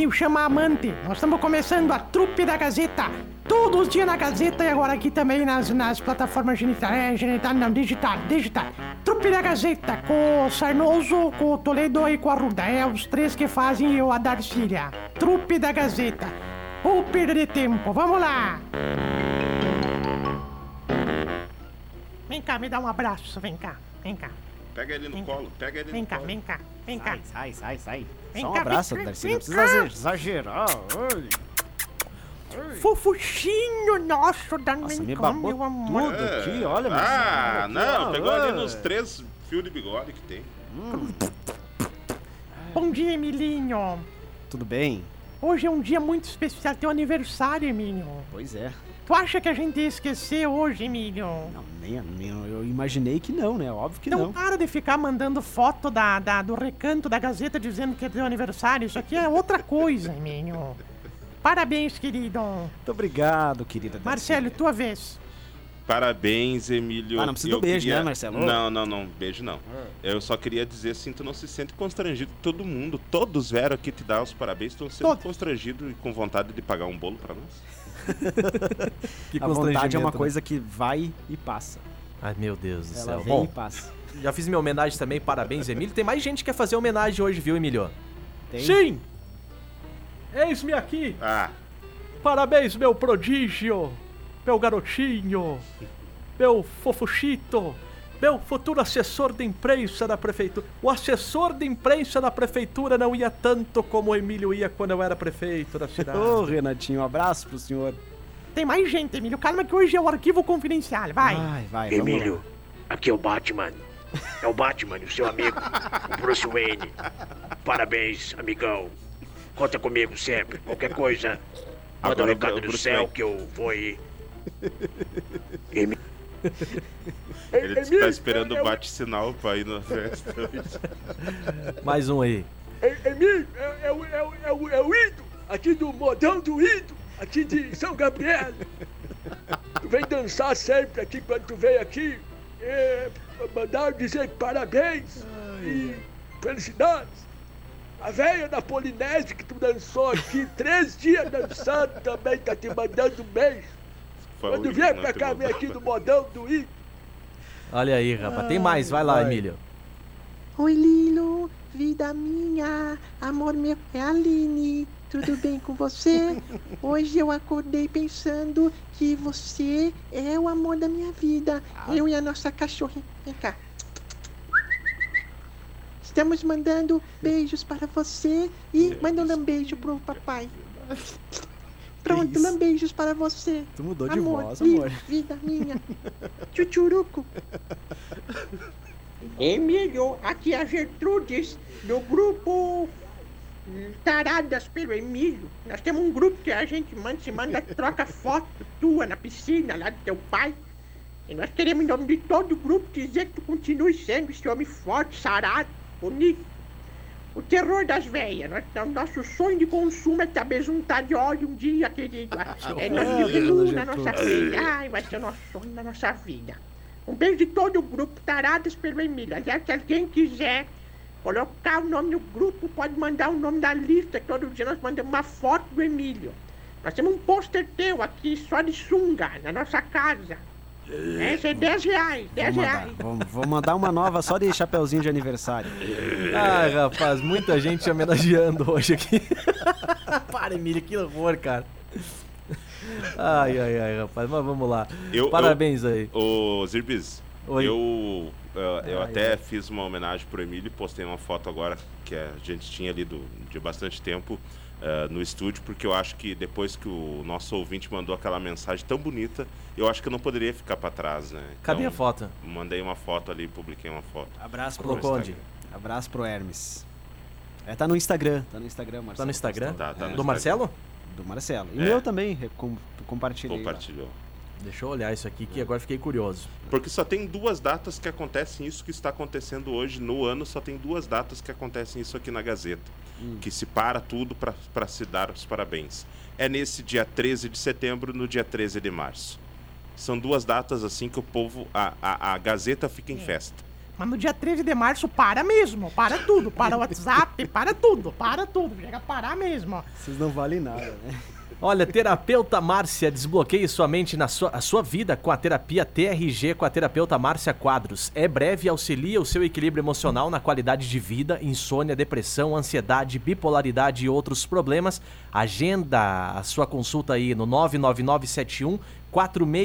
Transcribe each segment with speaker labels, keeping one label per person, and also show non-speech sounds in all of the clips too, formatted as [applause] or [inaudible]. Speaker 1: Eu chamo a Amante. Nós estamos começando a trupe da Gazeta. Todos os dias na Gazeta e agora aqui também nas, nas plataformas genital. É, genital não, digital, digital. Trupe da Gazeta com o Sarnoso, com o Toledo e com a Ruda. É os três que fazem eu a Darcília. Trupe da Gazeta. Ou perder tempo, vamos lá! Vem cá, me dá um abraço, vem cá, vem cá,
Speaker 2: Pega ele no colo, pega ele
Speaker 1: vem
Speaker 2: no
Speaker 1: cá,
Speaker 2: colo.
Speaker 1: vem cá, vem cá.
Speaker 3: Sai, sai, sai, sai.
Speaker 1: Vem
Speaker 3: Só um
Speaker 1: cá, vem
Speaker 3: abraço,
Speaker 1: cá,
Speaker 3: Darcy. Não
Speaker 1: vem
Speaker 3: precisa
Speaker 1: cá.
Speaker 3: exager- Ah, exagerar. Ai. Ai.
Speaker 1: Fofuchinho nosso da
Speaker 3: Nossa, me
Speaker 1: Mencom,
Speaker 3: babou
Speaker 1: meu amor.
Speaker 3: tudo aqui, olha, meu
Speaker 2: É. Ah,
Speaker 3: senhor, aqui,
Speaker 2: não,
Speaker 3: ó,
Speaker 2: pegou ali
Speaker 3: ai.
Speaker 2: nos três fios de bigode que tem.
Speaker 1: Bom dia, Emilinho.
Speaker 3: Tudo bem?
Speaker 1: Hoje é um dia muito especial, teu aniversário, Emílio.
Speaker 3: Pois é.
Speaker 1: Tu acha que a gente ia esquecer hoje, Emílio?
Speaker 3: Não, nem, nem eu imaginei que não, né? Óbvio que
Speaker 1: Não,
Speaker 3: não.
Speaker 1: para de ficar mandando foto da, da- do recanto da Gazeta dizendo que é teu aniversário. Isso aqui é outra coisa, Emílio. Parabéns, querido.
Speaker 3: Muito obrigado, querida
Speaker 1: Marcelo,
Speaker 3: Darcy.
Speaker 1: tua vez.
Speaker 2: Parabéns, Emílio.
Speaker 3: Ah, não precisa do
Speaker 2: Eu
Speaker 3: beijo, né, Marcelo? Ah.
Speaker 2: Não, não, não, beijo não. Eu só queria dizer assim, tu não se sente constrangido todo mundo. Todos vieram aqui te dar os parabéns, estão sendo
Speaker 1: Todos.
Speaker 2: constrangidos e com vontade de pagar um bolo pra nós.
Speaker 4: Que
Speaker 3: A vontade é
Speaker 4: constrangimento,
Speaker 3: uma
Speaker 4: né?
Speaker 3: coisa que vai e passa.
Speaker 4: Ai, meu Deus do
Speaker 3: Ela
Speaker 1: é
Speaker 4: céu.
Speaker 3: vem
Speaker 4: Bom,
Speaker 3: e passa.
Speaker 4: já fiz minha homenagem também. Parabéns, Emílio. Tem mais gente que quer fazer homenagem hoje, viu, Emílio?
Speaker 3: Tem?
Speaker 5: Sim! Eis-me aqui!
Speaker 2: Ah,
Speaker 5: Parabéns, meu prodígio! Meu garotinho! Meu fofuchito! Meu futuro assessor de imprensa da prefeitura. O assessor de imprensa da prefeitura não ia tanto como o Emílio ia quando eu era prefeito da cidade.
Speaker 3: Ô, Renatinho, um abraço pro senhor.
Speaker 1: Tem mais gente, Emílio. Calma que hoje é o arquivo confidencial, vai.
Speaker 3: Ai, vai, vamos lá.
Speaker 6: Emílio, aqui é o Batman. É o Batman, o seu amigo, o Bruce Wayne. Parabéns, amigão. Conta comigo sempre, qualquer coisa. Manda
Speaker 2: Agora
Speaker 6: um
Speaker 2: é o Bru-
Speaker 6: recado do
Speaker 2: Bruce
Speaker 6: céu
Speaker 2: Wayne.
Speaker 6: que eu vou ir.
Speaker 2: ele disse que tá esperando
Speaker 6: é
Speaker 2: o bate-sinal pra ir na festa.
Speaker 4: [laughs] Mais um aí.
Speaker 5: É mim, é, o, é, o, é, o, é o Ido, aqui do modão do Ido, aqui de São Gabriel. Tu vem dançar sempre aqui quando tu vem aqui. É, mandar dizer parabéns e felicidades. A velha da Polinésia que tu dançou aqui três dias dançando também tá te mandando um beijo.
Speaker 2: Foi a
Speaker 5: Quando
Speaker 2: última
Speaker 5: vier pra
Speaker 2: que
Speaker 5: cá,
Speaker 2: mandou.
Speaker 5: vem aqui do modão do Ido.
Speaker 4: Olha aí, rapaz. Tem mais. Vai lá,
Speaker 3: vai.
Speaker 4: Emílio.
Speaker 7: Oi, Lilo, vida minha, amor meu, é a Aline, tudo bem
Speaker 3: [laughs]
Speaker 7: com você? Hoje eu acordei pensando que você é o amor da minha vida,
Speaker 3: Ah.
Speaker 7: eu e a nossa cachorrinha. Vem cá. Estamos mandando beijos para você e manda um lambejo pro
Speaker 3: [laughs]
Speaker 7: papai. Pronto,
Speaker 3: isso?
Speaker 7: lambejos para você.
Speaker 3: Tu mudou de
Speaker 7: Amor,
Speaker 3: voz,
Speaker 7: Lilo,
Speaker 3: amor.
Speaker 7: vida minha.
Speaker 3: [laughs]
Speaker 7: Chuchuruco.
Speaker 8: Emílio, aqui é a Gertrudes, do grupo hum, Taradas pelo Emílio. Nós temos um grupo que a gente manda, se manda, troca foto tua na piscina lá do teu pai. E nós queremos, em nome de todo o grupo, dizer que tu continue sendo esse homem forte, sarado, bonito. O terror das velhas. Nós- O nosso sonho de consumo é te abesuntar de óleo um dia, querido. É
Speaker 3: horror,
Speaker 8: nosso sonho
Speaker 3: dona
Speaker 8: na nossa vida. Ai, vai ser o nosso sonho na nossa vida. Um beijo de todo o grupo, taradas pelo Emílio. Aliás, se alguém quiser colocar o nome no grupo, pode mandar o nome da lista. Todo dia nós mandamos uma foto do Emílio. Nós temos um pôster teu aqui, só de sunga, na nossa casa. Esse é 10 reais, 10
Speaker 3: Vamos mandar,
Speaker 8: reais.
Speaker 3: vamos, vou mandar uma nova só de chapeuzinho de aniversário.
Speaker 4: Ai, rapaz. Muita gente te homenageando hoje aqui. [laughs] Para, Emílio. Que horror, cara. Ai, ai, ai, rapaz. Mas vamos lá.
Speaker 2: Eu- eu-
Speaker 4: Parabéns aí.
Speaker 2: Ô, Zirbis,
Speaker 4: Oi. é.
Speaker 2: eu, ah, eu
Speaker 4: Ai,
Speaker 2: até fiz uma homenagem pro Emílio e postei uma foto agora que a gente tinha ali do, de bastante tempo ah, no estúdio, porque eu acho que depois que o nosso ouvinte mandou aquela mensagem tão bonita, eu acho que eu não poderia ficar pra trás, né?
Speaker 4: Cadê
Speaker 2: Então,
Speaker 4: a foto?
Speaker 2: Mandei uma foto ali, publiquei uma foto.
Speaker 3: Abraço pro
Speaker 4: Colocou onde? Tá
Speaker 3: Abraço pro Hermes. É, tá no Instagram, tá no Instagram, Marcelo.
Speaker 4: Tá no Instagram?
Speaker 2: Tá, tá no
Speaker 4: Do
Speaker 2: Instagram.
Speaker 4: Marcelo?
Speaker 3: Do Marcelo. E
Speaker 2: É.
Speaker 3: o meu também, re- com, compartilhei. lá.
Speaker 2: Compartilhou.
Speaker 4: Deixa eu olhar isso aqui que agora fiquei curioso.
Speaker 2: Porque só tem duas datas que acontecem isso que está acontecendo hoje no ano, só tem duas datas que acontecem isso aqui na Gazeta,
Speaker 3: Hum.
Speaker 2: que se para tudo para se dar os parabéns. É nesse dia 13 de setembro, no dia 13
Speaker 1: É.
Speaker 2: de março. São duas datas assim que o povo, a, a, a Gazeta fica em festa.
Speaker 1: Mas no dia 13 de março para mesmo, para tudo, para o WhatsApp, para tudo, para tudo, chega a parar mesmo, ó.
Speaker 3: Vocês não valem nada, né?
Speaker 4: Olha, terapeuta Márcia, desbloqueie sua mente na sua, a sua vida com a terapia TRG com a terapeuta Márcia Quadros. É breve e auxilia o seu equilíbrio emocional na qualidade de vida, insônia, depressão, ansiedade, bipolaridade e outros problemas. Agenda a sua consulta aí no 99971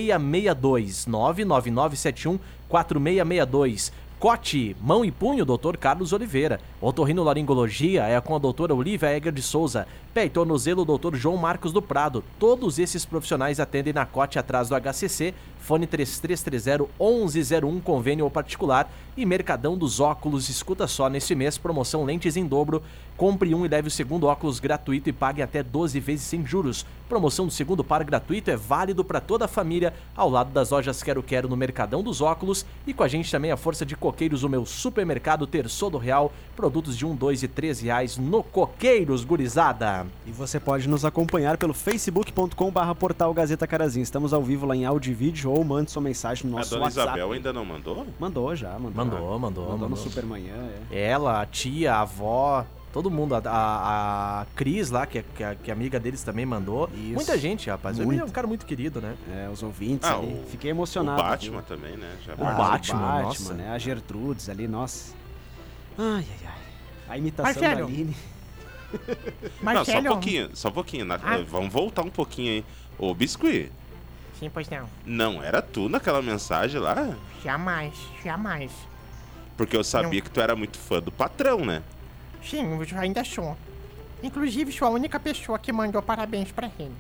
Speaker 4: 4662 99971 4662. Cote, mão e punho, Dr. Carlos Oliveira. Otorrinolaringologia é com a doutora Olivia Egger de Souza. Pé e tornozelo, Dr. João Marcos do Prado. Todos esses profissionais atendem na Cote atrás do HCC, fone 3330-1101, convênio ou particular. E Mercadão dos Óculos, escuta só, nesse mês, promoção Lentes em Dobro. Compre um e leve o segundo óculos gratuito e pague até 12 vezes sem juros. Promoção do segundo par gratuito é válido para toda a família, ao lado das lojas Quero Quero no Mercadão dos Óculos e com a gente também a força de Coqueiros, o meu supermercado Terçou do Real, produtos de 1, 2 e 13 reais no Coqueiros, gurizada.
Speaker 3: E você pode nos acompanhar pelo facebook.com/barra portal Gazeta Carazinho. Estamos ao vivo lá em áudio e vídeo ou mande sua mensagem no
Speaker 2: A
Speaker 3: nosso
Speaker 2: dona
Speaker 3: WhatsApp.
Speaker 2: Isabel ainda não mandou?
Speaker 3: Mandou já, mandou.
Speaker 4: Mandou, mandou,
Speaker 3: Mandou no
Speaker 4: mandou.
Speaker 3: Supermanhã, é.
Speaker 4: Ela, a tia, a avó, todo mundo, a, a, a Cris lá, que, é- que, é- que é amiga deles também mandou.
Speaker 3: Isso.
Speaker 4: Muita gente, rapaz. Ele é um cara muito querido, né?
Speaker 3: É, os ouvintes
Speaker 2: Ah,
Speaker 3: ali.
Speaker 2: o-
Speaker 3: Fiquei emocionado.
Speaker 2: o Batman
Speaker 3: viu?
Speaker 2: também, né? Já
Speaker 3: Ah,
Speaker 4: O Batman, nossa.
Speaker 3: né? A Gertrudes ali, nossa. Ai, ai, ai. A imitação
Speaker 1: Marcelo.
Speaker 3: da Aline.
Speaker 2: Não, só um
Speaker 1: Marcelo,
Speaker 2: pouquinho, só um pouquinho. Na-
Speaker 1: Ah.
Speaker 2: Vamos voltar um pouquinho aí. Ô, Biscuit,
Speaker 1: sim, pois não,
Speaker 2: não era tu naquela mensagem lá?
Speaker 1: jamais, jamais.
Speaker 2: Porque eu sabia que tu era muito fã do patrão, né?
Speaker 1: Sim, eu ainda sou. Inclusive, sou a única pessoa que mandou parabéns pra ele.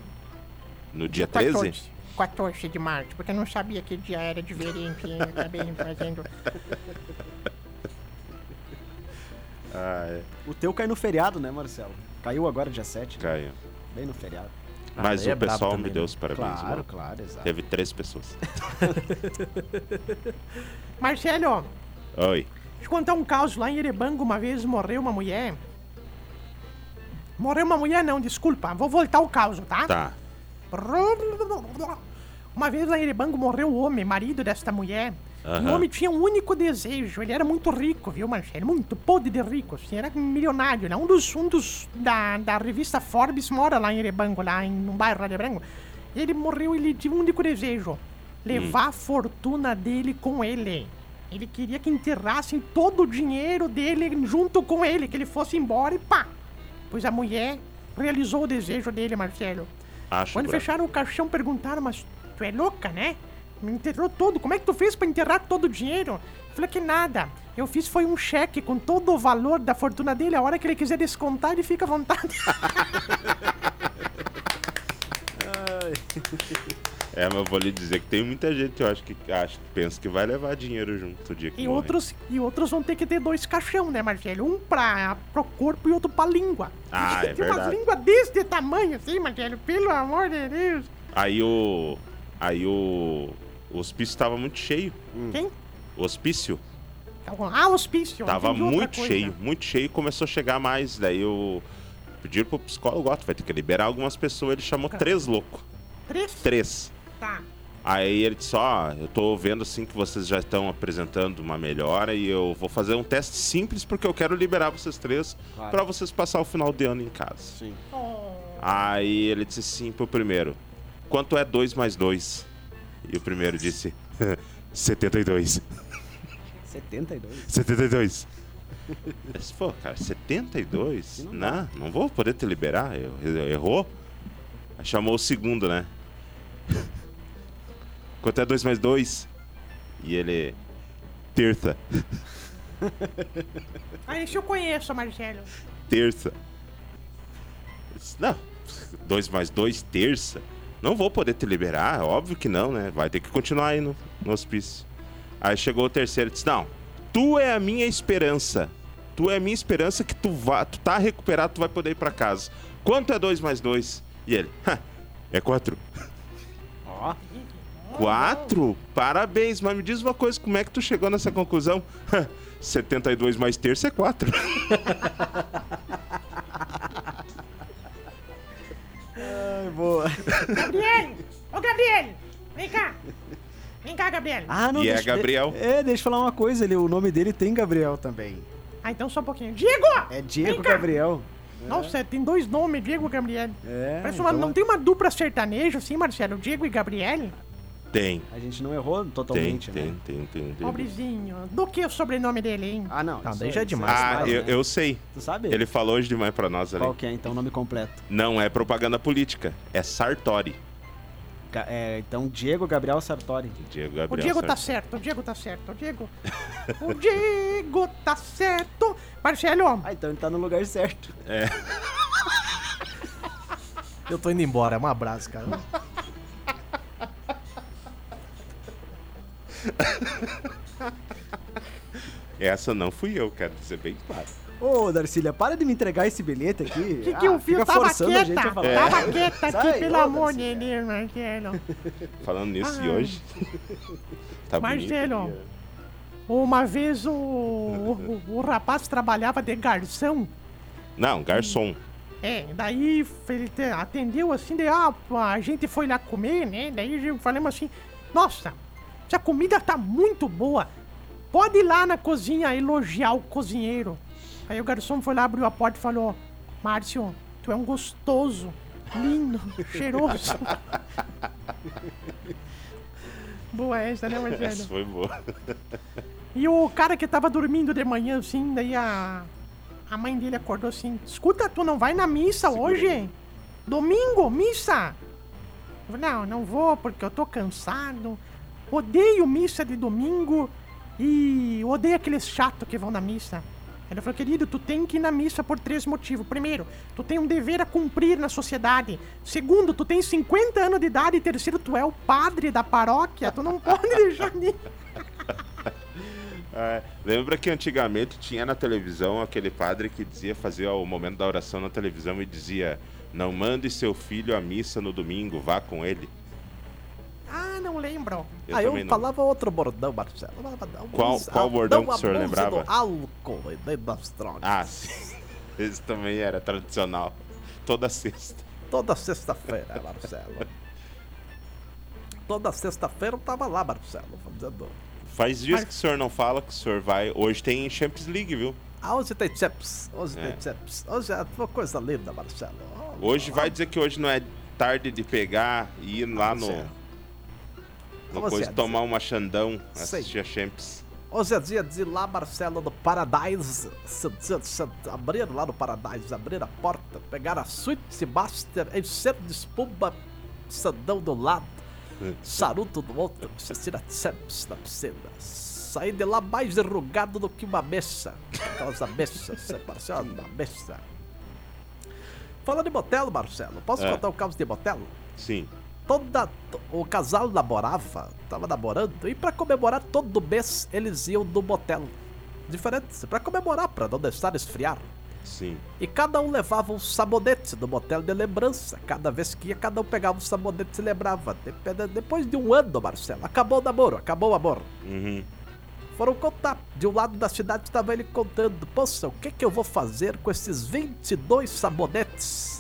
Speaker 2: No dia 13?
Speaker 1: 14 de março, porque eu não sabia que dia era diferente, hein? eu acabei
Speaker 2: [laughs]
Speaker 1: fazendo...
Speaker 2: Ah,
Speaker 3: O teu cai no feriado, né, Marcelo? Caiu agora dia 7,
Speaker 2: é,
Speaker 3: né?
Speaker 2: Caio.
Speaker 3: bem no feriado.
Speaker 4: Ah,
Speaker 2: Mas
Speaker 4: daí é
Speaker 2: o
Speaker 4: brabo
Speaker 2: pessoal
Speaker 4: também,
Speaker 2: me
Speaker 4: né?
Speaker 2: deu os parabéns.
Speaker 3: Claro,
Speaker 2: mano.
Speaker 3: claro, exato.
Speaker 2: Teve três pessoas.
Speaker 1: Marcelo,
Speaker 2: Oi.
Speaker 1: Deixa eu contar um caos lá em Erebango, uma vez morreu uma mulher. Morreu uma mulher não, desculpa. Vou voltar ao caos, tá?
Speaker 2: Tá.
Speaker 1: Uma vez lá em Erebango morreu o homem, marido desta mulher. E
Speaker 2: Aham.
Speaker 1: o homem tinha um único desejo. Ele era muito rico, viu, Manchete? Muito podre de rico, assim. Era um milionário, né? Um dos, um dos da, da revista Forbes mora lá em Erebango, lá em, no bairro lá de Erebango. E ele morreu, ele tinha um único desejo. Levar a fortuna dele com ele. Ele queria que enterrassem todo o dinheiro dele junto com ele, que ele fosse embora e pá. Pois a mulher realizou o desejo dele, Marcelo.
Speaker 2: Acho
Speaker 1: Quando
Speaker 2: brabo.
Speaker 1: fecharam o caixão, perguntaram, mas tu é louca, né? Me enterrou todo. Como é que tu fez pra enterrar todo o dinheiro? Eu falei que nada. Eu fiz foi um cheque com todo o valor da fortuna dele. A hora que ele quiser descontar, ele fica à vontade.
Speaker 2: É, mas eu vou lhe dizer que tem muita gente, eu acho que, acho, que pensa que vai levar dinheiro junto o dia que
Speaker 1: E
Speaker 2: morre.
Speaker 1: outros, e outros vão ter que ter dois caixão, né, Marcelo? Um pra, pro corpo e outro pra língua.
Speaker 2: Ah, é
Speaker 1: Tem umas
Speaker 2: verdade.
Speaker 1: línguas desse tamanho, assim, Marcelo. Pelo amor de Deus.
Speaker 2: Aí o. Aí o. O hospício tava muito cheio.
Speaker 1: Quem?
Speaker 2: O hospício
Speaker 1: Ah, hospício.
Speaker 2: tava
Speaker 1: entendi outra
Speaker 2: muito
Speaker 1: coisa.
Speaker 2: cheio, muito cheio e começou a chegar mais. Daí eu pediram pro psicólogo, ó, tu vai ter que liberar algumas pessoas. Ele chamou três loucos.
Speaker 1: Três?
Speaker 2: Três.
Speaker 1: Tá.
Speaker 2: Aí ele disse, ó, eu tô vendo assim que vocês já estão apresentando uma melhora e eu vou fazer um teste simples porque eu quero liberar vocês três pra
Speaker 3: Claro.
Speaker 2: vocês passar o final de ano em casa.
Speaker 3: Sim.
Speaker 1: Oh,
Speaker 2: Aí ele disse sim pro primeiro. Quanto é 2 mais 2? E o primeiro disse [laughs] 72.
Speaker 3: 72.
Speaker 2: 72. Eu disse, pô, cara, 72? Não, não, vou poder te liberar. Eu, eu- errou? Aí chamou o segundo, né? Quanto é 2 mais 2? E ele. Terça,
Speaker 1: ah, esse eu conheço, Marcelo.
Speaker 2: terça. Eu disse, Não, 2 mais 2, terça. Não vou poder te liberar, óbvio que não, né? Vai ter que continuar aí no, no hospício. Aí chegou o terceiro e disse: Não, tu é a minha esperança. Tu é a minha esperança que tu, vá, tu tá recuperado, tu vai poder ir pra casa. Quanto é 2 mais 2? E ele: "Ha, É 4.
Speaker 3: Ó, Oh,
Speaker 2: 4? Parabéns, mas me diz uma coisa: como é que tu chegou nessa conclusão? [laughs] "Ha, 72 mais terça é 4.
Speaker 3: boa.
Speaker 4: é
Speaker 1: Gabriel! Ô, Gabriel! Vem cá! Vem cá, Gabriel.
Speaker 3: Ah, não.
Speaker 2: E é
Speaker 3: deixa-
Speaker 2: Gabriel.
Speaker 3: É, deixa eu falar uma coisa, ele, o nome dele tem Gabriel também.
Speaker 1: Ah, então só um pouquinho. Diego!
Speaker 3: É
Speaker 1: Vem
Speaker 3: Diego
Speaker 1: cá.
Speaker 3: Gabriel.
Speaker 1: Nossa, tem dois nomes, Diego e Gabriel.
Speaker 3: É,
Speaker 1: Parece uma-
Speaker 3: então
Speaker 1: não tem uma dupla sertanejo, assim, Marcelo? Diego e Gabriel?
Speaker 2: Tem,
Speaker 3: a gente não errou
Speaker 2: tem,
Speaker 3: totalmente, né?
Speaker 2: tem, tem, tem, tem.
Speaker 1: Pobrezinho. Do que o sobrenome dele, hein?
Speaker 3: Ah, não.
Speaker 4: Não,
Speaker 3: isso
Speaker 4: daí
Speaker 3: aí, isso
Speaker 4: já é
Speaker 3: aí,
Speaker 4: demais.
Speaker 2: Ah,
Speaker 3: isso aí,
Speaker 2: eu,
Speaker 3: né?
Speaker 2: eu sei.
Speaker 3: Tu sabe?
Speaker 2: Ele falou hoje demais pra nós ali.
Speaker 3: Qual que é, então, o nome completo?
Speaker 2: Não é propaganda política, é Sartori.
Speaker 3: Ga- é, então, Diego Gabriel Sartori.
Speaker 2: Diego
Speaker 1: O
Speaker 2: Gabriel.
Speaker 1: Diego tá
Speaker 2: Sartori.
Speaker 1: certo, o Diego tá certo, o Diego. O Diego tá certo. Marcelo,
Speaker 3: Ah, então ele tá no lugar certo.
Speaker 2: É.
Speaker 4: Eu tô indo embora, um abraço, cara.
Speaker 2: Essa não fui eu, quero dizer bem claro.
Speaker 3: Ô, Darcília, para de me entregar esse bilhete aqui.
Speaker 1: [laughs] que que o filho
Speaker 3: ah, fica
Speaker 1: tava
Speaker 3: forçando a gente
Speaker 1: quieta?
Speaker 3: a falar.
Speaker 2: É,
Speaker 1: Tava quieta aqui,
Speaker 3: Sai, assim.
Speaker 1: pelo
Speaker 3: ô,
Speaker 1: amor de
Speaker 3: Darcy.
Speaker 1: Deus, Marcelo.
Speaker 2: Falando nisso
Speaker 1: Ah.
Speaker 2: e hoje. tá bonito,
Speaker 1: Marcelo.
Speaker 2: né?
Speaker 1: Uma vez o, o, o rapaz trabalhava de garçom.
Speaker 2: Não, garçom.
Speaker 1: É, daí ele te- atendeu assim, daí ah, a gente foi lá comer, né? Daí já falamos assim, nossa, essa comida tá muito boa. Pode ir lá na cozinha elogiar o cozinheiro. Aí o garçom foi lá, abriu a porta e falou, Márcio, tu é um gostoso, lindo, cheiroso. boa essa, né,
Speaker 2: Essa
Speaker 1: Marcelo?
Speaker 2: foi boa. [laughs]
Speaker 1: E o cara que tava dormindo de manhã, assim, daí a. A mãe dele acordou assim: Escuta, tu não vai na missa hoje? Domingo, missa! Eu falei, não, não vou porque eu tô cansado. Odeio missa de domingo e odeio aqueles chatos que vão na missa. Ela falou, querido, tu tem que ir na missa por três motivos. Primeiro, tu tem um dever a cumprir na sociedade. Segundo, tu tem 50 anos de idade. E terceiro, tu é o padre da paróquia. Tu não pode deixar de ir.
Speaker 2: É, lembra que antigamente tinha na televisão aquele padre que dizia, fazia o momento da oração na televisão e dizia: Não mande seu filho à missa no domingo, vá com ele.
Speaker 1: Ah, não lembro.
Speaker 2: Eu
Speaker 3: Ah,
Speaker 4: Aí eu
Speaker 2: também não.
Speaker 4: falava outro bordão, Marcelo.
Speaker 3: um
Speaker 2: Qual- qual bordão que o senhor lembrava?
Speaker 4: Álcool
Speaker 3: é
Speaker 4: e nem das drogas.
Speaker 2: Ah, sim. [laughs] Esse também era tradicional. Toda sexta.
Speaker 4: Toda sexta-feira, [laughs] Marcelo. Toda sexta-feira eu tava lá, Marcelo, fazendo.
Speaker 2: Faz dias que o senhor não fala que o senhor vai. Hoje tem Champions League, viu?
Speaker 4: Ah, hoje tem chips, hoje
Speaker 2: É.
Speaker 4: tem chips, hoje é uma coisa linda, Marcelo. Oh,
Speaker 2: Hoje vai dizer que hoje não é tarde de pegar e ir lá no.
Speaker 4: Marcelo.
Speaker 2: No
Speaker 4: Você
Speaker 3: assim?
Speaker 2: coisa,
Speaker 4: é
Speaker 2: tomar uma Xandão,
Speaker 4: Sei.
Speaker 2: assistir a Champions.
Speaker 4: Hoje é dia de ir lá, Marcelo, no Paradise. Se- se- se- Abrir lá no Paradise, abrir a porta, pegar a Suite Master, encher de espuma, sandão do lado, saruto do outro, assistir a Champs na piscina. Sair de lá mais enrugado do que uma mesa. Aquelas messas, você parecia uma mesa. Falando em motel, Marcelo, posso
Speaker 2: É.
Speaker 4: contar um caso de motel?
Speaker 2: Sim.
Speaker 4: toda o casal namorava, tava namorando e pra comemorar todo mês eles iam do motel. Diferente, pra comemorar, pra não deixar esfriar.
Speaker 2: Sim.
Speaker 4: E cada um levava um sabonete do motel de lembrança. Cada vez que ia, cada um pegava um sabonete e lembrava. Depe- Depois de um ano, Marcelo, acabou o namoro, acabou o amor.
Speaker 2: Uhum.
Speaker 4: Foram contar. De um lado da cidade estava ele contando: Poxa, o que, que eu vou fazer com esses 22 sabonetes?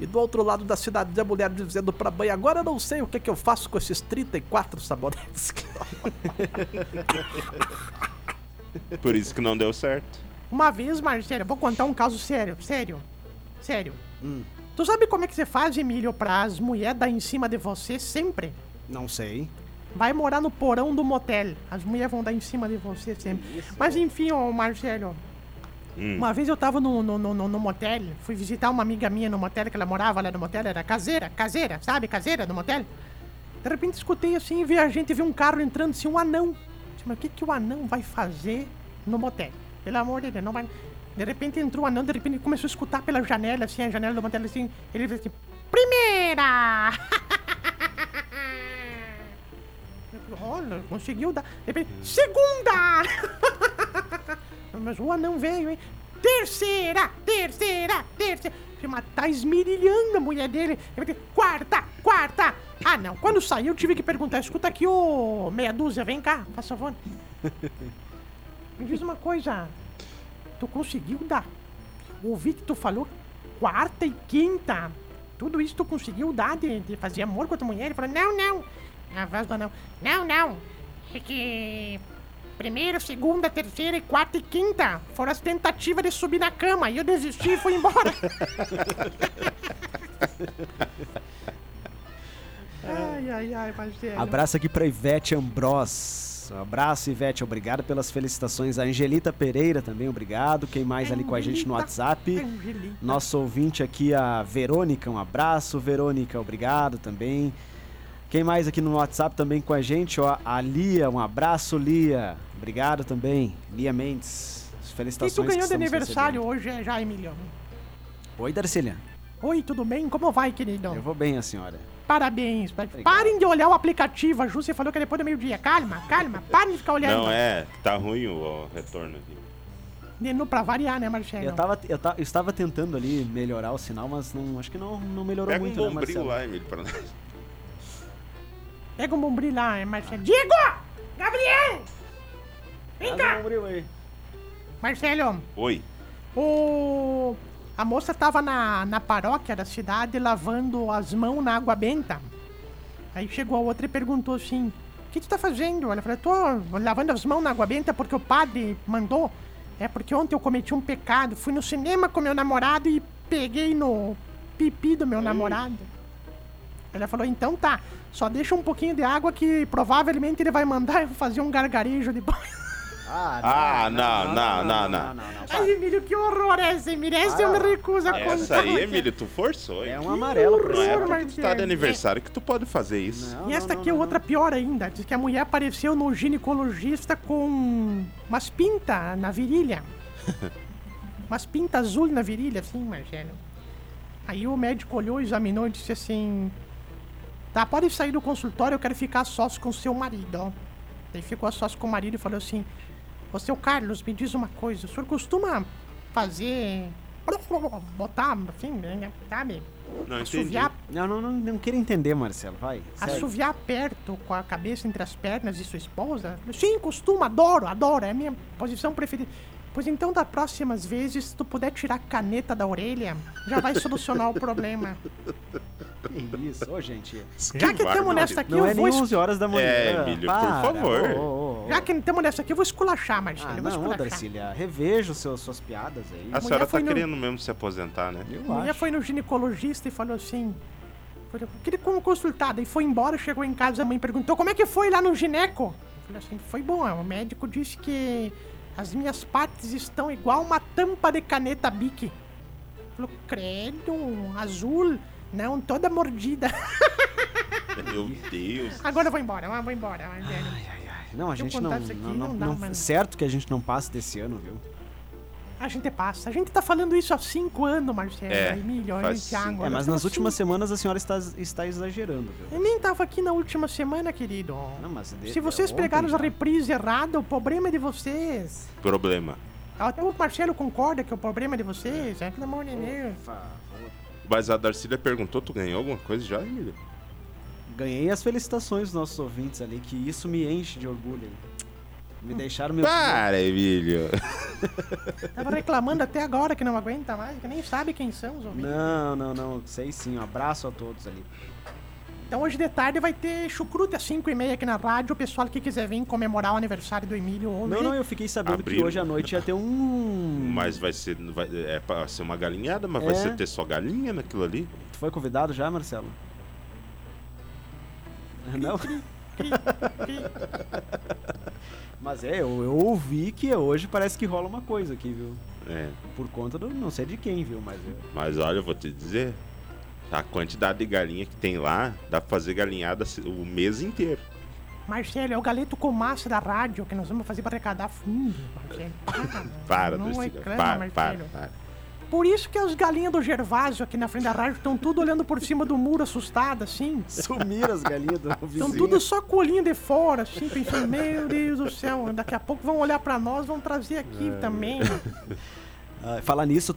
Speaker 4: E do outro lado da cidade, a mulher dizendo pra mãe: Agora eu não sei o que, que eu faço com esses 34 sabonetes. que eu-"
Speaker 2: Por isso que não deu certo.
Speaker 1: Uma vez, Marcelo, eu vou contar um caso sério, sério, sério. Tu sabe como é que você faz, Emílio, pra as mulheres dar em cima de você sempre?
Speaker 3: Não sei.
Speaker 1: Vai morar no porão do motel. As mulheres vão dar em cima de você sempre. Mas enfim, ô Marcelo.
Speaker 2: Hum.
Speaker 1: Uma vez eu tava no, no, no, no- no motel, fui visitar uma amiga minha no motel, que ela morava lá no motel, era caseira, caseira, sabe? Caseira no motel. De repente escutei assim, vi a gente, viu um carro entrando, assim, um anão. Disse, Mas o que, que o anão vai fazer no motel? Pelo amor de Deus, não vai. De repente entrou o anão, de repente começou a escutar pela janela, assim, a janela do motel, assim, ele fez assim, primeira! Olha, conseguiu dar. De repente, segunda! [laughs] Mas o anão veio, hein? Terceira, terceira, terceira. Mas tá esmirilhando a mulher dele. Ele vai ter, Quarta, quarta. Ah, não. Quando saiu, eu tive que perguntar. Escuta aqui, ô meia dúzia, vem cá, faz favor. Me diz uma coisa. Tu conseguiu dar? Ouvi que tu falou quarta e quinta. Tudo isso tu conseguiu dar de, de fazer amor com a tua mulher? Ele falou, não, não. A Vasba não. Não, não. É que. Primeira, segunda, terceira, e quarta e quinta foram as tentativas de subir na cama e eu desisti e fui
Speaker 3: [laughs]
Speaker 1: embora. ai, ai, ai, é, Marcelo.
Speaker 3: Abraço aqui pra Ivete Ambros. Um abraço, Ivete. Obrigado pelas felicitações. A Angelita Pereira também, obrigado. Quem mais ali com a gente no
Speaker 1: é Angelita.
Speaker 3: WhatsApp?
Speaker 1: Angelita.
Speaker 3: Nosso ouvinte aqui, a Verônica. Um abraço, Verônica. Obrigado também. Quem mais aqui no WhatsApp também com a gente? Ó, a Lia. Um abraço, Lia. Obrigado também. Lia Mendes. As
Speaker 1: E
Speaker 3: Felicitações.
Speaker 1: tu
Speaker 3: que
Speaker 1: ganhou de
Speaker 3: estamos
Speaker 1: aniversário hoje, é, já, Emílio?
Speaker 3: recebendo. Oi, Darcília.
Speaker 1: Oi, tudo bem? Como vai, querido?
Speaker 3: Eu vou bem, a senhora.
Speaker 1: Parabéns. Parem de olhar o aplicativo. A Ju, você falou que é depois do meio-dia. Calma, calma. Parem de ficar olhando.
Speaker 2: Não, é, tá ruim o, o retorno aqui.
Speaker 1: Neno pra variar, né, Marcelo?
Speaker 3: Eu, tá- tava, eu, ta- eu estava tentando ali melhorar o sinal, mas não, acho que não, não melhorou
Speaker 2: Pega
Speaker 3: muito,
Speaker 2: um
Speaker 3: né,
Speaker 2: bombril
Speaker 3: Marcelo?
Speaker 2: lá, Emílio, pra nós.
Speaker 1: Pega um bombril lá, é, Marcelo. Diego! Gabriel! Vem
Speaker 3: Pega um
Speaker 1: cá!
Speaker 3: bombril aí.
Speaker 1: Marcelo,
Speaker 2: Oi.
Speaker 1: o... a moça tava na, na paróquia da cidade lavando as mãos na água benta. Aí chegou a outra e perguntou assim: O que tu tá fazendo? Ela falou: Tô lavando as mãos na água benta porque o padre mandou. É porque ontem eu cometi um pecado. Fui no cinema com meu namorado e peguei no pipi do meu namorado. Ela falou: Então tá, só deixa um pouquinho de água que provavelmente ele vai mandar eu fazer um gargarejo depois.
Speaker 2: Ah, não, não, não, não.
Speaker 1: [laughs] Ai, Emílio, que horror é esse, Emílio? Essa eu me recuso a contar.
Speaker 2: Essa aí,
Speaker 1: cara.
Speaker 2: Emílio, tu forçou, hein?
Speaker 3: É um amarelo pra
Speaker 2: Não é
Speaker 3: senhora.
Speaker 2: porque tu tá de aniversário que tu pode fazer isso.
Speaker 3: Não,
Speaker 1: E
Speaker 3: não,
Speaker 1: esta
Speaker 3: não,
Speaker 1: aqui é
Speaker 3: não.
Speaker 1: outra pior ainda. Diz que a mulher apareceu no ginecologista com umas pintas na
Speaker 3: [laughs]
Speaker 1: virilha. umas pintas azul na virilha, assim, Marcelo. Aí o médico olhou, examinou e disse assim: Tá, pode sair do consultório, eu quero ficar sós com seu marido, ó. Daí ficou a sós com o marido e falou assim: Ô seu Carlos, me diz uma coisa, o senhor costuma fazer. botar, assim, né, sabe?
Speaker 2: Não entendi.
Speaker 1: Assoviar
Speaker 3: Não, não, não, não quero entender, Marcelo. Vai. segue.
Speaker 1: Assoviar perto, com a cabeça entre as pernas de sua esposa? Sim, costuma, adoro, adoro, é a minha posição preferida. Pois então, das próximas vezes, se tu puder tirar a caneta da orelha, já vai solucionar
Speaker 3: [laughs]
Speaker 1: o problema.
Speaker 3: Que Isso, ô, gente.
Speaker 1: Já que estamos nessa aqui,
Speaker 3: Não
Speaker 1: eu
Speaker 3: é
Speaker 1: vou.
Speaker 3: nem
Speaker 1: es-
Speaker 3: 11 horas da manhã.
Speaker 2: É, Emílio, por favor.
Speaker 3: ô, ô, ô.
Speaker 1: Já que estamos nessa aqui, eu vou esculachar, Marcelo.
Speaker 3: Ah,
Speaker 1: eu vou
Speaker 3: não, ô,
Speaker 1: esculachar.
Speaker 3: Darcília, reveja os seus- suas piadas aí.
Speaker 2: A senhora tá
Speaker 1: foi no-
Speaker 2: querendo mesmo se aposentar,
Speaker 3: [laughs]
Speaker 2: né?
Speaker 3: Eu
Speaker 1: A mulher
Speaker 3: acho.
Speaker 1: foi no ginecologista e falou assim. falou, Queria como consultada. E foi embora, chegou em casa, a mãe perguntou como é que foi lá no gineco? Eu falei assim, foi bom. O médico disse que as minhas partes estão igual uma tampa de caneta bique. Falou, credo, azul. Não, toda mordida. [laughs]
Speaker 2: Meu Deus.
Speaker 1: Agora eu vou embora, eu vou embora. Marcelo.
Speaker 3: Não, a gente não,
Speaker 1: contar isso aqui,
Speaker 3: não,
Speaker 1: não
Speaker 3: não-
Speaker 1: dá
Speaker 3: não-
Speaker 1: mais.
Speaker 3: Certo que a gente não passa desse ano, viu?
Speaker 1: A gente passa. A gente tá falando isso há cinco anos, Marcelo.
Speaker 2: É,
Speaker 1: Emílio,
Speaker 2: faz
Speaker 1: olha tá assim. o Thiago.
Speaker 2: cinco.
Speaker 3: É,
Speaker 1: Nós
Speaker 3: mas
Speaker 1: tamo
Speaker 3: nas últimas
Speaker 1: cinco-
Speaker 3: semanas a senhora está, está exagerando, viu?
Speaker 1: Eu nem tava aqui na última semana, querido.
Speaker 3: Não, mas de- é,
Speaker 1: Se vocês
Speaker 3: ontem
Speaker 1: pegaram
Speaker 3: já.
Speaker 1: a reprise errada, o problema é de vocês.
Speaker 2: Problema.
Speaker 1: Até o Marcelo concorda que o problema é de vocês. É, pelo amor de Deus.
Speaker 2: Mas a Darcília perguntou, tu ganhou alguma coisa já, Emílio?
Speaker 3: Ganhei as felicitações dos nossos ouvintes ali, que isso me enche de orgulho. hein?
Speaker 1: Hum.
Speaker 3: Me deixaram meu.
Speaker 2: Para, Emílio.
Speaker 1: Tava reclamando até agora que não aguenta mais, que nem sabe quem são os ouvintes.
Speaker 3: Não, não, não. Sei sim. Um abraço a todos ali.
Speaker 1: Então hoje de tarde vai ter chucrute às 5 e meia aqui na rádio. O pessoal que quiser vir comemorar o aniversário do Emílio hoje.
Speaker 3: Não, não, eu fiquei sabendo que
Speaker 2: Abriram.
Speaker 3: hoje à noite ia ter um.
Speaker 4: Hum.
Speaker 2: Mas vai ser. Vai, é pra ser uma galinhada, mas
Speaker 3: É.
Speaker 2: vai ser ter só galinha naquilo ali?
Speaker 3: Tu foi convidado já, Marcelo? Não? [laughs] Mas é, eu, eu ouvi que hoje parece que rola uma coisa aqui, viu?
Speaker 2: É.
Speaker 3: Por conta do. não sei de quem, viu? Mas eu. [laughs]
Speaker 2: Mas olha, eu vou te dizer. A quantidade de galinha que tem lá, dá pra fazer galinhada se- o mês inteiro.
Speaker 1: Marcelo, é o galeto com massa da rádio que nós vamos fazer para arrecadar fundo.
Speaker 3: [laughs]
Speaker 1: Marcelo, para.
Speaker 2: Para,
Speaker 4: é
Speaker 1: não
Speaker 2: Darcília.
Speaker 1: reclama,
Speaker 2: Para, para,
Speaker 1: Marcelo.
Speaker 2: para.
Speaker 1: Por isso que as galinhas do Gervásio aqui na frente da rádio estão tudo olhando por cima do muro, assustadas, assim.
Speaker 3: Sumiram as galinhas do
Speaker 1: Estão
Speaker 3: vizinho.
Speaker 1: Então tudo é só colinha de fora, assim, pensando, meu Deus do céu, daqui a pouco vão olhar pra nós, vão trazer aqui também. Tá, então
Speaker 3: Ah, falar nisso,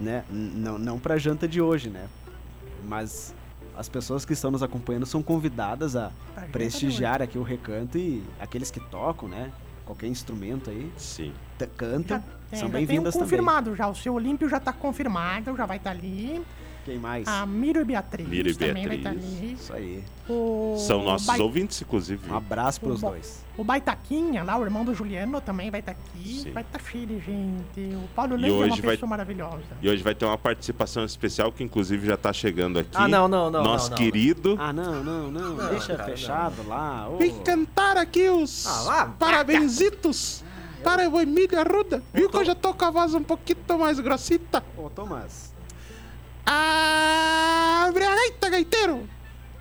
Speaker 3: né? n- Não, não pra janta de hoje, né? Mas as pessoas que estão nos acompanhando são convidadas a
Speaker 1: Pra janta
Speaker 3: prestigiar aqui o recanto e aqueles que tocam, né? Qualquer instrumento aí,
Speaker 2: Sim.
Speaker 3: t- cantam,
Speaker 1: É, já
Speaker 3: são
Speaker 1: tem um
Speaker 3: bem-vindas também.
Speaker 1: confirmado já, o seu Olímpio já tá confirmado, já vai estar ali.
Speaker 3: Quem mais?
Speaker 1: A Miro e Beatriz.
Speaker 2: Miro e
Speaker 1: também vai
Speaker 2: Beatriz.
Speaker 1: estar ali.
Speaker 3: Isso aí.
Speaker 1: O-
Speaker 2: São
Speaker 1: o
Speaker 2: nossos
Speaker 1: Bai-
Speaker 2: ouvintes, inclusive.
Speaker 3: Um abraço pros
Speaker 1: Ba-
Speaker 3: dois.
Speaker 1: O Baitaquinha, lá, o irmão do Juliano, também vai estar aqui.
Speaker 2: Sim.
Speaker 1: Vai estar filho, gente. O Paulo
Speaker 2: E
Speaker 1: Leite é uma
Speaker 2: hoje vai-
Speaker 1: pessoa maravilhosa.
Speaker 2: E hoje vai ter uma participação especial que, inclusive, já tá chegando aqui.
Speaker 4: Ah, não, não, não,
Speaker 2: Nosso
Speaker 4: não, não.
Speaker 2: querido.
Speaker 3: Ah, não, não, não. deixa fechado lá. ô.
Speaker 9: Vem cantar aqui os
Speaker 4: Ah, lá.
Speaker 3: Ah,
Speaker 9: parabenzitos para o Emílio Arruda. Viu que eu já tô com a voz um pouquinho mais grossita?
Speaker 3: Ô, Thomas.
Speaker 9: Abre a gaita, gaiteiro!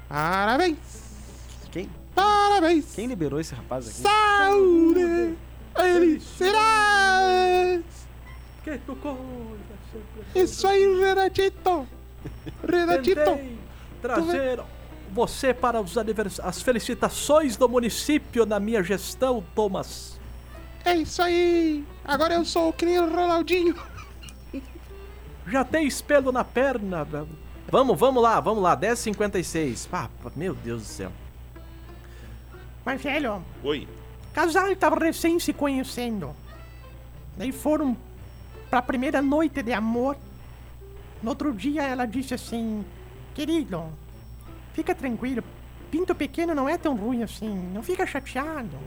Speaker 9: Parabéns!
Speaker 3: Quem,
Speaker 9: Parabéns!
Speaker 3: quem liberou esse rapaz aqui?
Speaker 9: Saúde! Felicidades! Isso aí, Renatito! Renatito!
Speaker 4: Tentei trazer você para os anivers... as felicitações do município na minha gestão, Thomas.
Speaker 9: É isso aí! Agora eu sou o que nem o Ronaldinho!
Speaker 4: Já tem espelho na perna, velho. Vamos, vamos lá, vamos lá. 10h56. Ah, meu Deus do céu.
Speaker 1: Mas, velho,
Speaker 2: Oi.
Speaker 1: casal estava recém se conhecendo. Daí foram pra primeira noite de amor. No outro dia ela disse assim: Querido, fica tranquilo, pinto pequeno não é tão ruim assim, não fica chateado.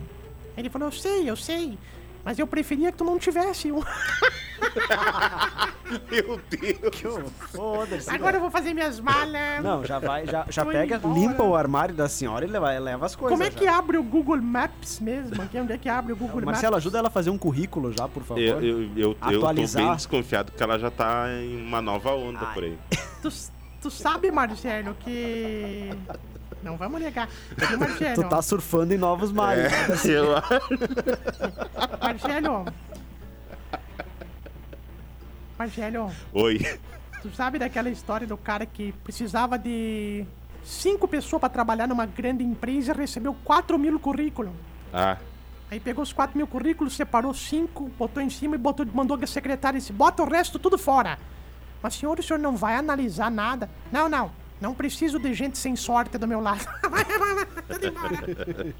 Speaker 1: Ele falou: Eu sei, eu sei, mas eu preferia que tu não tivesse um.
Speaker 2: Meu Deus.
Speaker 3: Foda-se.
Speaker 1: Agora eu vou fazer minhas malas.
Speaker 3: é. Não, já vai, já, já
Speaker 1: Tô
Speaker 3: pega,
Speaker 1: indo embora.
Speaker 3: limpa o armário da senhora e leva, leva as coisas.
Speaker 1: Como é
Speaker 3: já.
Speaker 1: que abre o Google Maps mesmo? Aqui, onde é que abre o Google Maps?
Speaker 3: Marcelo, ajuda ela a fazer um currículo já, por favor.
Speaker 2: Eu, eu, eu, eu tô
Speaker 3: Atualizar.
Speaker 2: bem desconfiado que ela já tá em uma nova onda
Speaker 3: Ai.
Speaker 2: por aí. [laughs]
Speaker 1: Tu, tu sabe, Marcelo, que. Não vamos negar. Viu,
Speaker 3: [laughs] Tu
Speaker 1: Marcelo,
Speaker 3: tá surfando em novos mares.
Speaker 2: Eu- ah,
Speaker 3: [laughs]
Speaker 1: Marcelo. Marcelo,
Speaker 2: Oi.
Speaker 1: tu sabe daquela história do cara que precisava de cinco pessoas pra trabalhar numa grande empresa e recebeu 4 mil currículos.
Speaker 2: Ah,
Speaker 1: Aí pegou os 4 mil currículos, separou cinco, botou em cima e botou, mandou a secretária e disse: bota o resto tudo fora. Mas, senhor, o senhor não vai analisar nada? Não, não. Não preciso de gente sem sorte do meu lado. [laughs] Vai, vai, vai, tudo embora.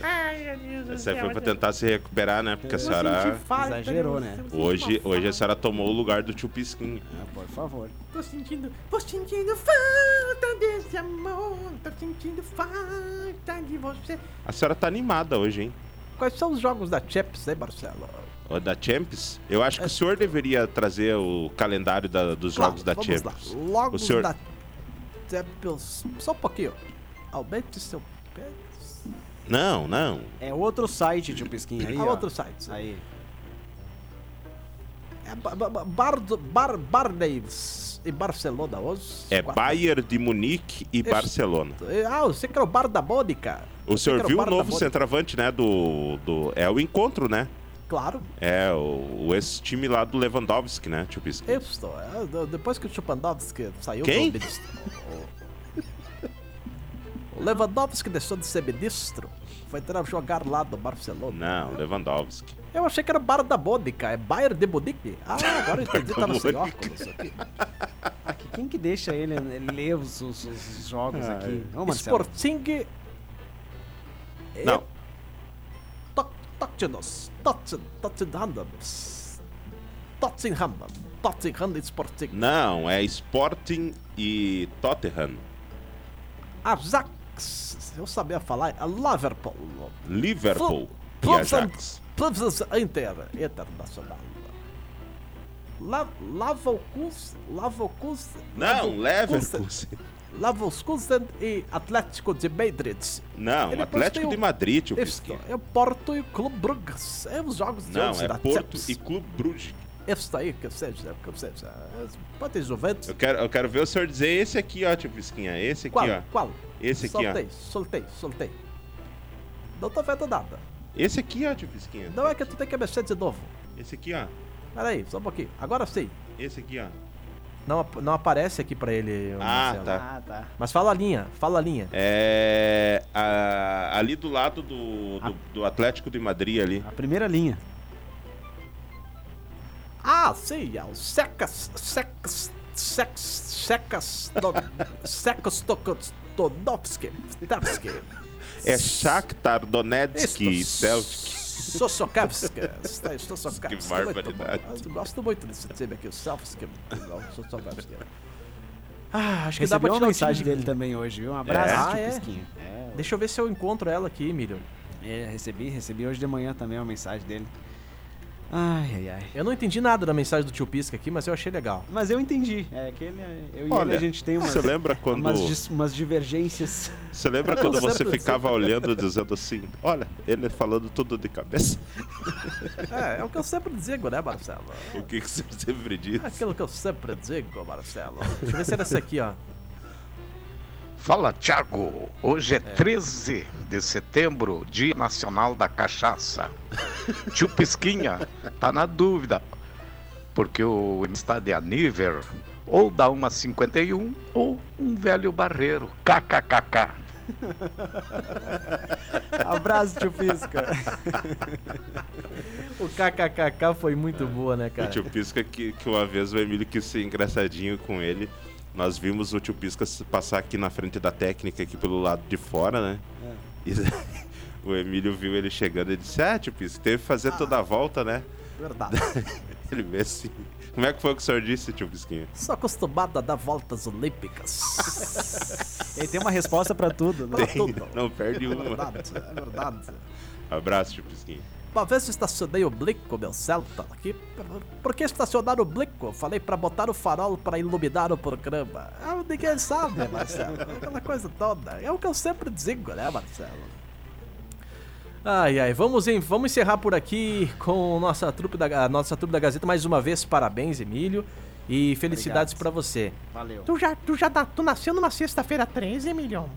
Speaker 1: Ai, meu Deus do
Speaker 2: essa aí
Speaker 1: céu,
Speaker 2: foi pra
Speaker 1: essa-
Speaker 2: tentar se recuperar, né? Porque a senhora.
Speaker 1: senti falta,
Speaker 3: Exagerou,
Speaker 1: eu-
Speaker 3: né?
Speaker 1: eu senti
Speaker 2: Hoje,
Speaker 1: uma
Speaker 2: hoje é a
Speaker 1: falta.
Speaker 2: senhora tomou o lugar do tio Pisquinho.
Speaker 3: Ah, por favor.
Speaker 1: Tô sentindo, tô sentindo falta desse amor. Tô sentindo falta de você.
Speaker 2: A senhora tá animada hoje, hein?
Speaker 4: Quais são os jogos da Champions, hein, Marcelo?
Speaker 2: Ô, Da Champions? Eu acho que o senhor deveria trazer o calendário da- dos jogos da
Speaker 4: vamos
Speaker 2: Champions.
Speaker 4: Lá. Logo
Speaker 2: O senhor-
Speaker 4: da Champions. Só um pouquinho. Aumente seu pé.
Speaker 2: Não, não.
Speaker 3: É outro site, tio Pisquinha. Aí,
Speaker 1: É
Speaker 4: A
Speaker 3: ó.
Speaker 4: outro site.
Speaker 1: né?
Speaker 3: Aí.
Speaker 4: É Ba- Ba- Ba- Bar, Bar, Barneys em Barcelona hoje.
Speaker 2: É
Speaker 4: Quatro-
Speaker 2: Bayern de Munique e Barcelona.
Speaker 4: Ah, você que era o Bar da Mônica.
Speaker 2: O
Speaker 4: Você que
Speaker 2: senhor
Speaker 4: era
Speaker 2: viu o
Speaker 4: Bar da
Speaker 2: novo
Speaker 4: Mônica.
Speaker 2: centroavante, né? Do, do. É o encontro, né?
Speaker 4: Claro,
Speaker 2: É, o, o ex-time lá do Lewandowski, né, tio Pisco?
Speaker 4: eu estou. É, de- Depois que o Chupandowski saiu
Speaker 2: Quem?
Speaker 4: do ministro. O Lewandowski deixou de ser ministro. Foi ter a jogar lá do Barcelona.
Speaker 2: Não, Lewandowski.
Speaker 4: Eu achei que era Bar da Mônica. É Bayern de Munique. Ah, agora eu entendi. tá no sem óculos aqui.
Speaker 3: Aqui, Quem que deixa ele ele ler os, os- os jogos aqui? Ô, Marcelo.
Speaker 4: Sporting. e
Speaker 2: Não,
Speaker 4: Tot- Tottenham. Totten- Tottenham. Tottenham. Tottenham Sporting.
Speaker 2: não, é Sporting e Tottenham.
Speaker 4: Ajax. Eu sabia falar. é Liverpool.
Speaker 2: Liverpool e
Speaker 4: Flu-
Speaker 2: Ajax.
Speaker 4: Pluvs Inter Internacional. La- Lavocus. Lavocus.
Speaker 2: Não,
Speaker 4: Leverkusen.
Speaker 2: Leverkusen.
Speaker 4: Lavocus e Atlético de Madrid. E
Speaker 2: Não,
Speaker 4: depois
Speaker 2: Atlético
Speaker 4: tem
Speaker 2: de
Speaker 4: o-
Speaker 2: Madrid, tio
Speaker 4: Isto
Speaker 2: Pisco.
Speaker 4: é o Porto e o Clube Bruges. É os jogos de
Speaker 2: Não,
Speaker 4: hoje
Speaker 2: é
Speaker 4: da
Speaker 2: Porto
Speaker 4: Champions.
Speaker 2: e Clube Bruges.
Speaker 4: Isto aí, que seja, que seja. Pode Juventus.
Speaker 2: Eu quero, eu quero ver o senhor dizer esse aqui, ó, tio Pisquinha. Esse aqui,
Speaker 4: Qual?
Speaker 2: ó.
Speaker 4: Qual?
Speaker 2: Esse aqui, ó.
Speaker 4: soltei, soltei, soltei. Não tô vendo nada.
Speaker 2: Esse aqui, ó, tio Pisquinha.
Speaker 4: Não é que tu tem que mexer de novo.
Speaker 2: Esse aqui, ó.
Speaker 4: Pera aí, só um pouquinho. Agora sim.
Speaker 2: Esse aqui, ó.
Speaker 4: Não, ap- não aparece aqui pra ele, o
Speaker 2: Ah,
Speaker 4: Marcelo.
Speaker 2: tá.
Speaker 3: Ah, tá.
Speaker 4: Mas fala a linha, fala a linha.
Speaker 2: É. a- ali do lado do, do, do Atlético de Madrid ali.
Speaker 3: A primeira linha.
Speaker 4: Ah, sim, é o secas, secas, sex, secas, do- secas, Tokodovski, Tavski.
Speaker 2: É Shakhtar Donetsk e Celtic.
Speaker 4: Sossokavski. Sossokavski.
Speaker 2: Que barbaridade.
Speaker 4: Eu gosto muito desse time aqui, o Selvski. o Sossokavski. Ah, acho que dá
Speaker 3: Recebeu
Speaker 4: pra tirar
Speaker 3: é uma
Speaker 4: o
Speaker 3: mensagem
Speaker 4: time de-
Speaker 3: dele também hoje, viu? Um abraço,
Speaker 4: É?
Speaker 3: tio
Speaker 4: Ah, é?
Speaker 3: Pisquinho. É,
Speaker 4: Deixa eu ver se eu encontro ela aqui, Emílio.
Speaker 3: é, recebi, recebi hoje de manhã também uma mensagem dele. Ai, ai, ai.
Speaker 4: Eu não entendi nada da mensagem do tio Pisca aqui, mas eu achei legal.
Speaker 3: Mas eu entendi. É que ele, eu e
Speaker 2: Olha,
Speaker 3: ele a gente tem umas,
Speaker 2: Você lembra quando,
Speaker 3: umas, dis- umas divergências.
Speaker 2: você lembra quando você
Speaker 4: Certo,
Speaker 2: ficava olhando dizendo assim, olha, ele falando tudo de cabeça?
Speaker 4: É, é o que eu sempre digo, né, Marcelo?
Speaker 2: O que, que você sempre diz?
Speaker 4: É Aquilo que eu sempre digo, Marcelo. Deixa eu ver se era essa aqui, ó.
Speaker 10: Fala, Thiago. Hoje é 13 de setembro, Dia Nacional da Cachaça. Tio Pisquinha [laughs] tá na dúvida, porque o está de aníver ou dá uma 51 ou um velho barreiro. KKKK.
Speaker 3: Abraço, tio Pisca.
Speaker 4: [laughs] O kkkk foi muito boa, né,
Speaker 2: O
Speaker 4: cara?
Speaker 2: tio Pisca, que, que uma vez o Emílio quis ser engraçadinho com ele. Nós vimos o tio Pisca se passar aqui na frente da técnica, aqui pelo lado de fora, né?
Speaker 4: É.
Speaker 2: E [laughs] daí o Emílio viu ele chegando e disse: Ah, tio Pisca, teve que fazer toda a volta, né?
Speaker 3: Verdade.
Speaker 4: [laughs]
Speaker 2: Ele veio assim. Como é que foi que o senhor disse, tio Pisquinha?
Speaker 4: Sou acostumado a dar voltas [laughs] olímpicas.
Speaker 3: Ele tem uma resposta pra tudo, né?
Speaker 4: Tem. Tudo.
Speaker 2: [laughs] Não
Speaker 4: [laughs]
Speaker 2: perde
Speaker 4: É
Speaker 2: uma.
Speaker 4: verdade, é verdade.
Speaker 2: Abraço, tio Pisquinha.
Speaker 4: Uma vez eu estacionei o Blico, meu Celta, aqui. Por que estacionar o Blico? Falei pra botar o farol pra iluminar o programa. Ah, ninguém sabe, Marcelo. Aquela coisa toda. É o que eu sempre digo, né, Marcelo? Ai, ai, vamos, em, vamos encerrar por aqui com nossa trupe da, a nossa trupe da Gazeta. Mais uma vez, parabéns, Emílio. E felicidades pra você.
Speaker 3: Valeu.
Speaker 1: Tu já, tu já na- tu nasceu numa sexta-feira 13, milhão?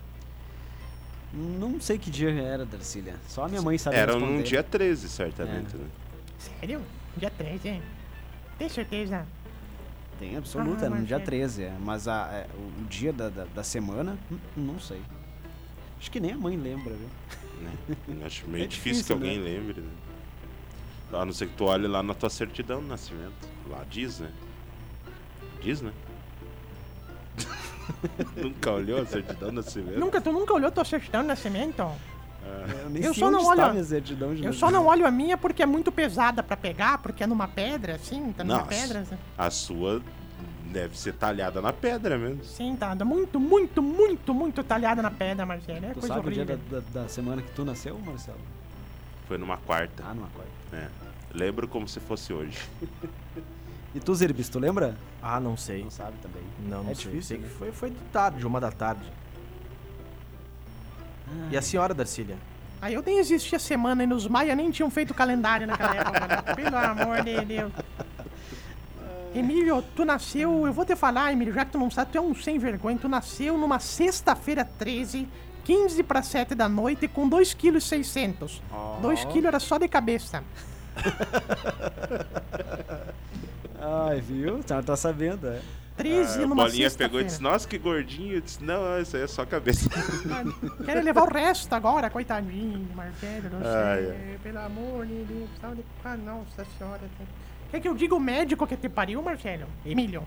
Speaker 3: Não sei que dia era, Darcília. Só a minha mãe
Speaker 4: Tá
Speaker 3: sabe
Speaker 2: Era
Speaker 3: responder.
Speaker 2: num dia 13,
Speaker 4: É.
Speaker 2: certamente, né?
Speaker 1: Sério? Dia 13, hein? Tem certeza?
Speaker 3: Tem, absoluta.
Speaker 1: Ah,
Speaker 3: era no
Speaker 1: mas
Speaker 3: dia
Speaker 1: é.
Speaker 3: 13. é. Mas a, é, o- o dia da, da, da semana, hum, não sei. Acho que nem a mãe lembra, viu?
Speaker 2: Acho meio difícil, que
Speaker 3: É difícil,
Speaker 2: alguém lembre, né? A não ser que tu olhe lá na tua certidão de nascimento. Lá diz, né? Diz, né? [laughs] Nunca olhou a certidão de nascimento?
Speaker 1: Nunca, tu nunca olhou tua certidão de nascimento?
Speaker 3: É. Eu, nem
Speaker 1: Eu
Speaker 3: sei
Speaker 1: só
Speaker 3: onde
Speaker 1: não
Speaker 3: está
Speaker 1: olho-
Speaker 3: minha certidão de
Speaker 1: Eu
Speaker 3: nascimento.
Speaker 1: só não olho a minha porque é muito pesada pra pegar, porque é numa pedra, assim, tá numa
Speaker 2: Nossa.
Speaker 1: pedra. Assim.
Speaker 2: A sua deve ser talhada na pedra mesmo.
Speaker 1: Sim, tá muito, muito, muito, muito talhada na pedra, Marcelo. É
Speaker 3: Tu
Speaker 1: coisa
Speaker 3: sabe o dia
Speaker 1: horrível.
Speaker 3: da, da, da semana que tu nasceu, Marcelo?
Speaker 2: Foi numa quarta.
Speaker 3: Ah, não acorda.
Speaker 2: né? Lembro como se fosse hoje.
Speaker 3: E tu, Zirbis, tu lembra?
Speaker 4: Ah, não sei.
Speaker 3: Não sabe também.
Speaker 4: Não, não
Speaker 3: É
Speaker 4: sei.
Speaker 3: difícil,
Speaker 4: Sei
Speaker 3: né?
Speaker 4: que foi, foi de tarde, uma da tarde. E a senhora, Darcília?
Speaker 1: Aí eu nem existia semana e nos maia nem tinham feito calendário naquela época. né? Pelo amor de Deus. Emílio, tu nasceu. Eu vou te falar, Emílio, já que tu não sabe, tu é um sem vergonha. Tu nasceu numa sexta-feira 13, 15 para 7 da noite, com 2,6 kg. 2 kg era só de cabeça.
Speaker 3: Ai, viu? Tá, tá sabendo, é.
Speaker 1: 13
Speaker 2: a
Speaker 1: numa
Speaker 2: bolinha pegou e
Speaker 1: sexta-feira.
Speaker 2: disse, nossa, que gordinho. Eu disse, não, isso aí é só cabeça. [laughs]
Speaker 1: Querem levar o resto agora, coitadinho, Marcelo. Não
Speaker 2: Ai,
Speaker 1: sei. Pelo amor de Deus. sabe? Ah, nossa senhora. Quer que eu diga o médico que te pariu, Marcelo? Emílio.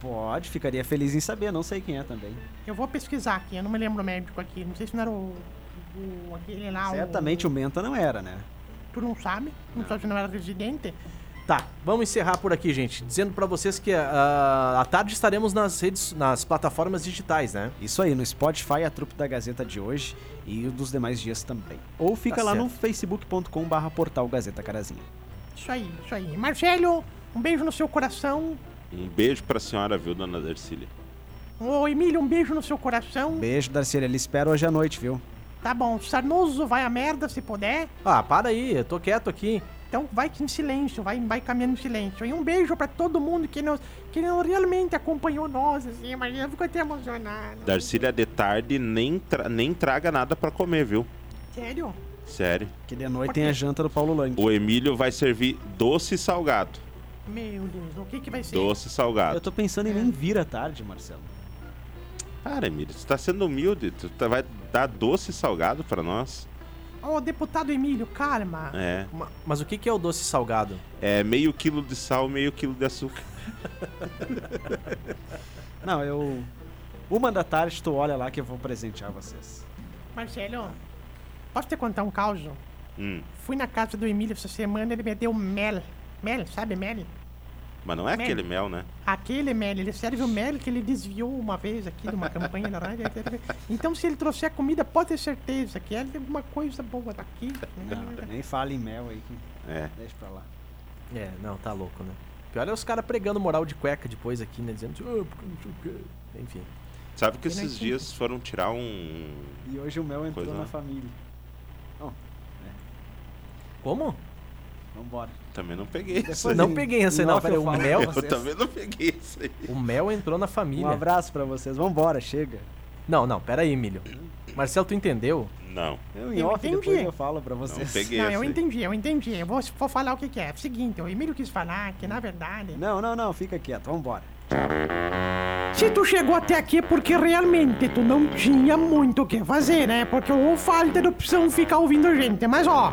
Speaker 3: Pode, ficaria feliz em saber, não sei quem é também.
Speaker 1: Eu vou pesquisar aqui, eu não me lembro o médico aqui. Não sei se não era o. o- aquele lá. o-
Speaker 3: Certamente o Menta não era, né?
Speaker 1: tu não sabe? Não, sabe se não era residente?
Speaker 4: Tá, vamos encerrar por aqui, gente. Dizendo pra vocês que ah, à tarde estaremos nas redes, nas plataformas digitais, né?
Speaker 3: Isso aí, no Spotify, a trupe da Gazeta de hoje e o dos demais dias também. Ou fica
Speaker 4: Tá
Speaker 3: lá
Speaker 4: certo.
Speaker 3: no facebook.com barra portal Gazeta Carazinha.
Speaker 1: Isso aí, isso aí. Marcelo, um beijo no seu coração.
Speaker 2: Um beijo pra senhora, viu, dona Darcília?
Speaker 1: Ô Emílio, um beijo no seu coração.
Speaker 3: Um Beijo, Darcília. Ele espera hoje à noite, viu?
Speaker 1: Tá bom, Sarnoso, vai a merda se puder.
Speaker 4: Ah, para aí, eu tô quieto aqui.
Speaker 1: Então vai em silêncio, vai, vai caminhando em silêncio. E um beijo pra todo mundo que, nos, que não realmente acompanhou nós, assim, mas eu fico até emocionado.
Speaker 2: Darcília, de tarde, nem, tra- nem traga nada pra comer, viu?
Speaker 1: Sério?
Speaker 2: Sério.
Speaker 3: Que de noite tem a janta do Paulo Lang.
Speaker 2: O Emílio vai servir doce e salgado.
Speaker 1: Meu Deus, o que que vai ser?
Speaker 2: Doce e
Speaker 3: Eu
Speaker 2: salgado.
Speaker 3: tô pensando em nem vir à tarde, Marcelo.
Speaker 2: Cara, Emílio, você tá sendo humilde. Tu tá- vai dar doce e salgado pra nós.
Speaker 1: Ô, deputado Emílio, calma.
Speaker 2: É.
Speaker 4: Ma- Mas o que que é o doce salgado?
Speaker 2: É meio quilo de sal, meio quilo de açúcar.
Speaker 3: Não, eu... Uma da tarde tu olha lá que eu vou presentear vocês.
Speaker 1: Marcelo, posso te contar um caos?
Speaker 2: Hum.
Speaker 1: Fui na casa do Emílio essa semana, ele me deu mel. Mel, sabe mel?
Speaker 2: Mas não é
Speaker 1: Mel.
Speaker 2: aquele mel, né?
Speaker 1: Aquele Mel, ele serve o Mel que ele desviou uma vez aqui de uma campanha na rádio. Então, se ele trouxer comida, pode ter certeza que é uma coisa boa daqui. né?
Speaker 3: Não, nem fala em mel aí. que-
Speaker 2: É.
Speaker 3: Deixa pra lá.
Speaker 4: É, não, tá louco, né? Pior é os caras pregando moral de cueca depois aqui, né? Dizendo, ah, porque não sei o quê. Enfim.
Speaker 2: Sabe que
Speaker 1: Ele não
Speaker 2: esses
Speaker 1: é
Speaker 2: dias foram tirar um.
Speaker 3: E hoje o mel entrou
Speaker 2: Coisa,
Speaker 3: na
Speaker 2: né?
Speaker 3: família.
Speaker 4: Como?
Speaker 3: Vambora.
Speaker 2: Também não peguei isso [laughs]
Speaker 3: Depois
Speaker 2: aí.
Speaker 4: não
Speaker 3: em-
Speaker 4: peguei essa aí,
Speaker 3: em
Speaker 4: não.
Speaker 3: off
Speaker 4: Peraí,
Speaker 3: eu
Speaker 4: o
Speaker 3: falo
Speaker 4: mel?
Speaker 3: pra
Speaker 2: Eu
Speaker 3: vocês.
Speaker 2: também não peguei isso aí.
Speaker 4: O mel entrou na família.
Speaker 3: Um abraço pra vocês. Vambora, chega.
Speaker 4: Não, não, peraí, milho. Marcelo, tu entendeu?
Speaker 2: Não,
Speaker 3: Eu em
Speaker 1: Eu
Speaker 3: off
Speaker 1: entendi.
Speaker 3: depois eu falo pra
Speaker 2: não
Speaker 3: vocês.
Speaker 2: peguei
Speaker 1: Não,
Speaker 2: essa
Speaker 1: eu
Speaker 2: aí.
Speaker 1: entendi, eu entendi. Eu vou, vou falar o que, que é. Seguinte, o Emílio quis falar que, na verdade.
Speaker 3: Não, não, não, fica quieto, vambora.
Speaker 1: Se tu chegou até aqui é porque realmente tu não tinha muito o que fazer, né? Porque ou falta de opção ficar ouvindo a gente. Mas ó,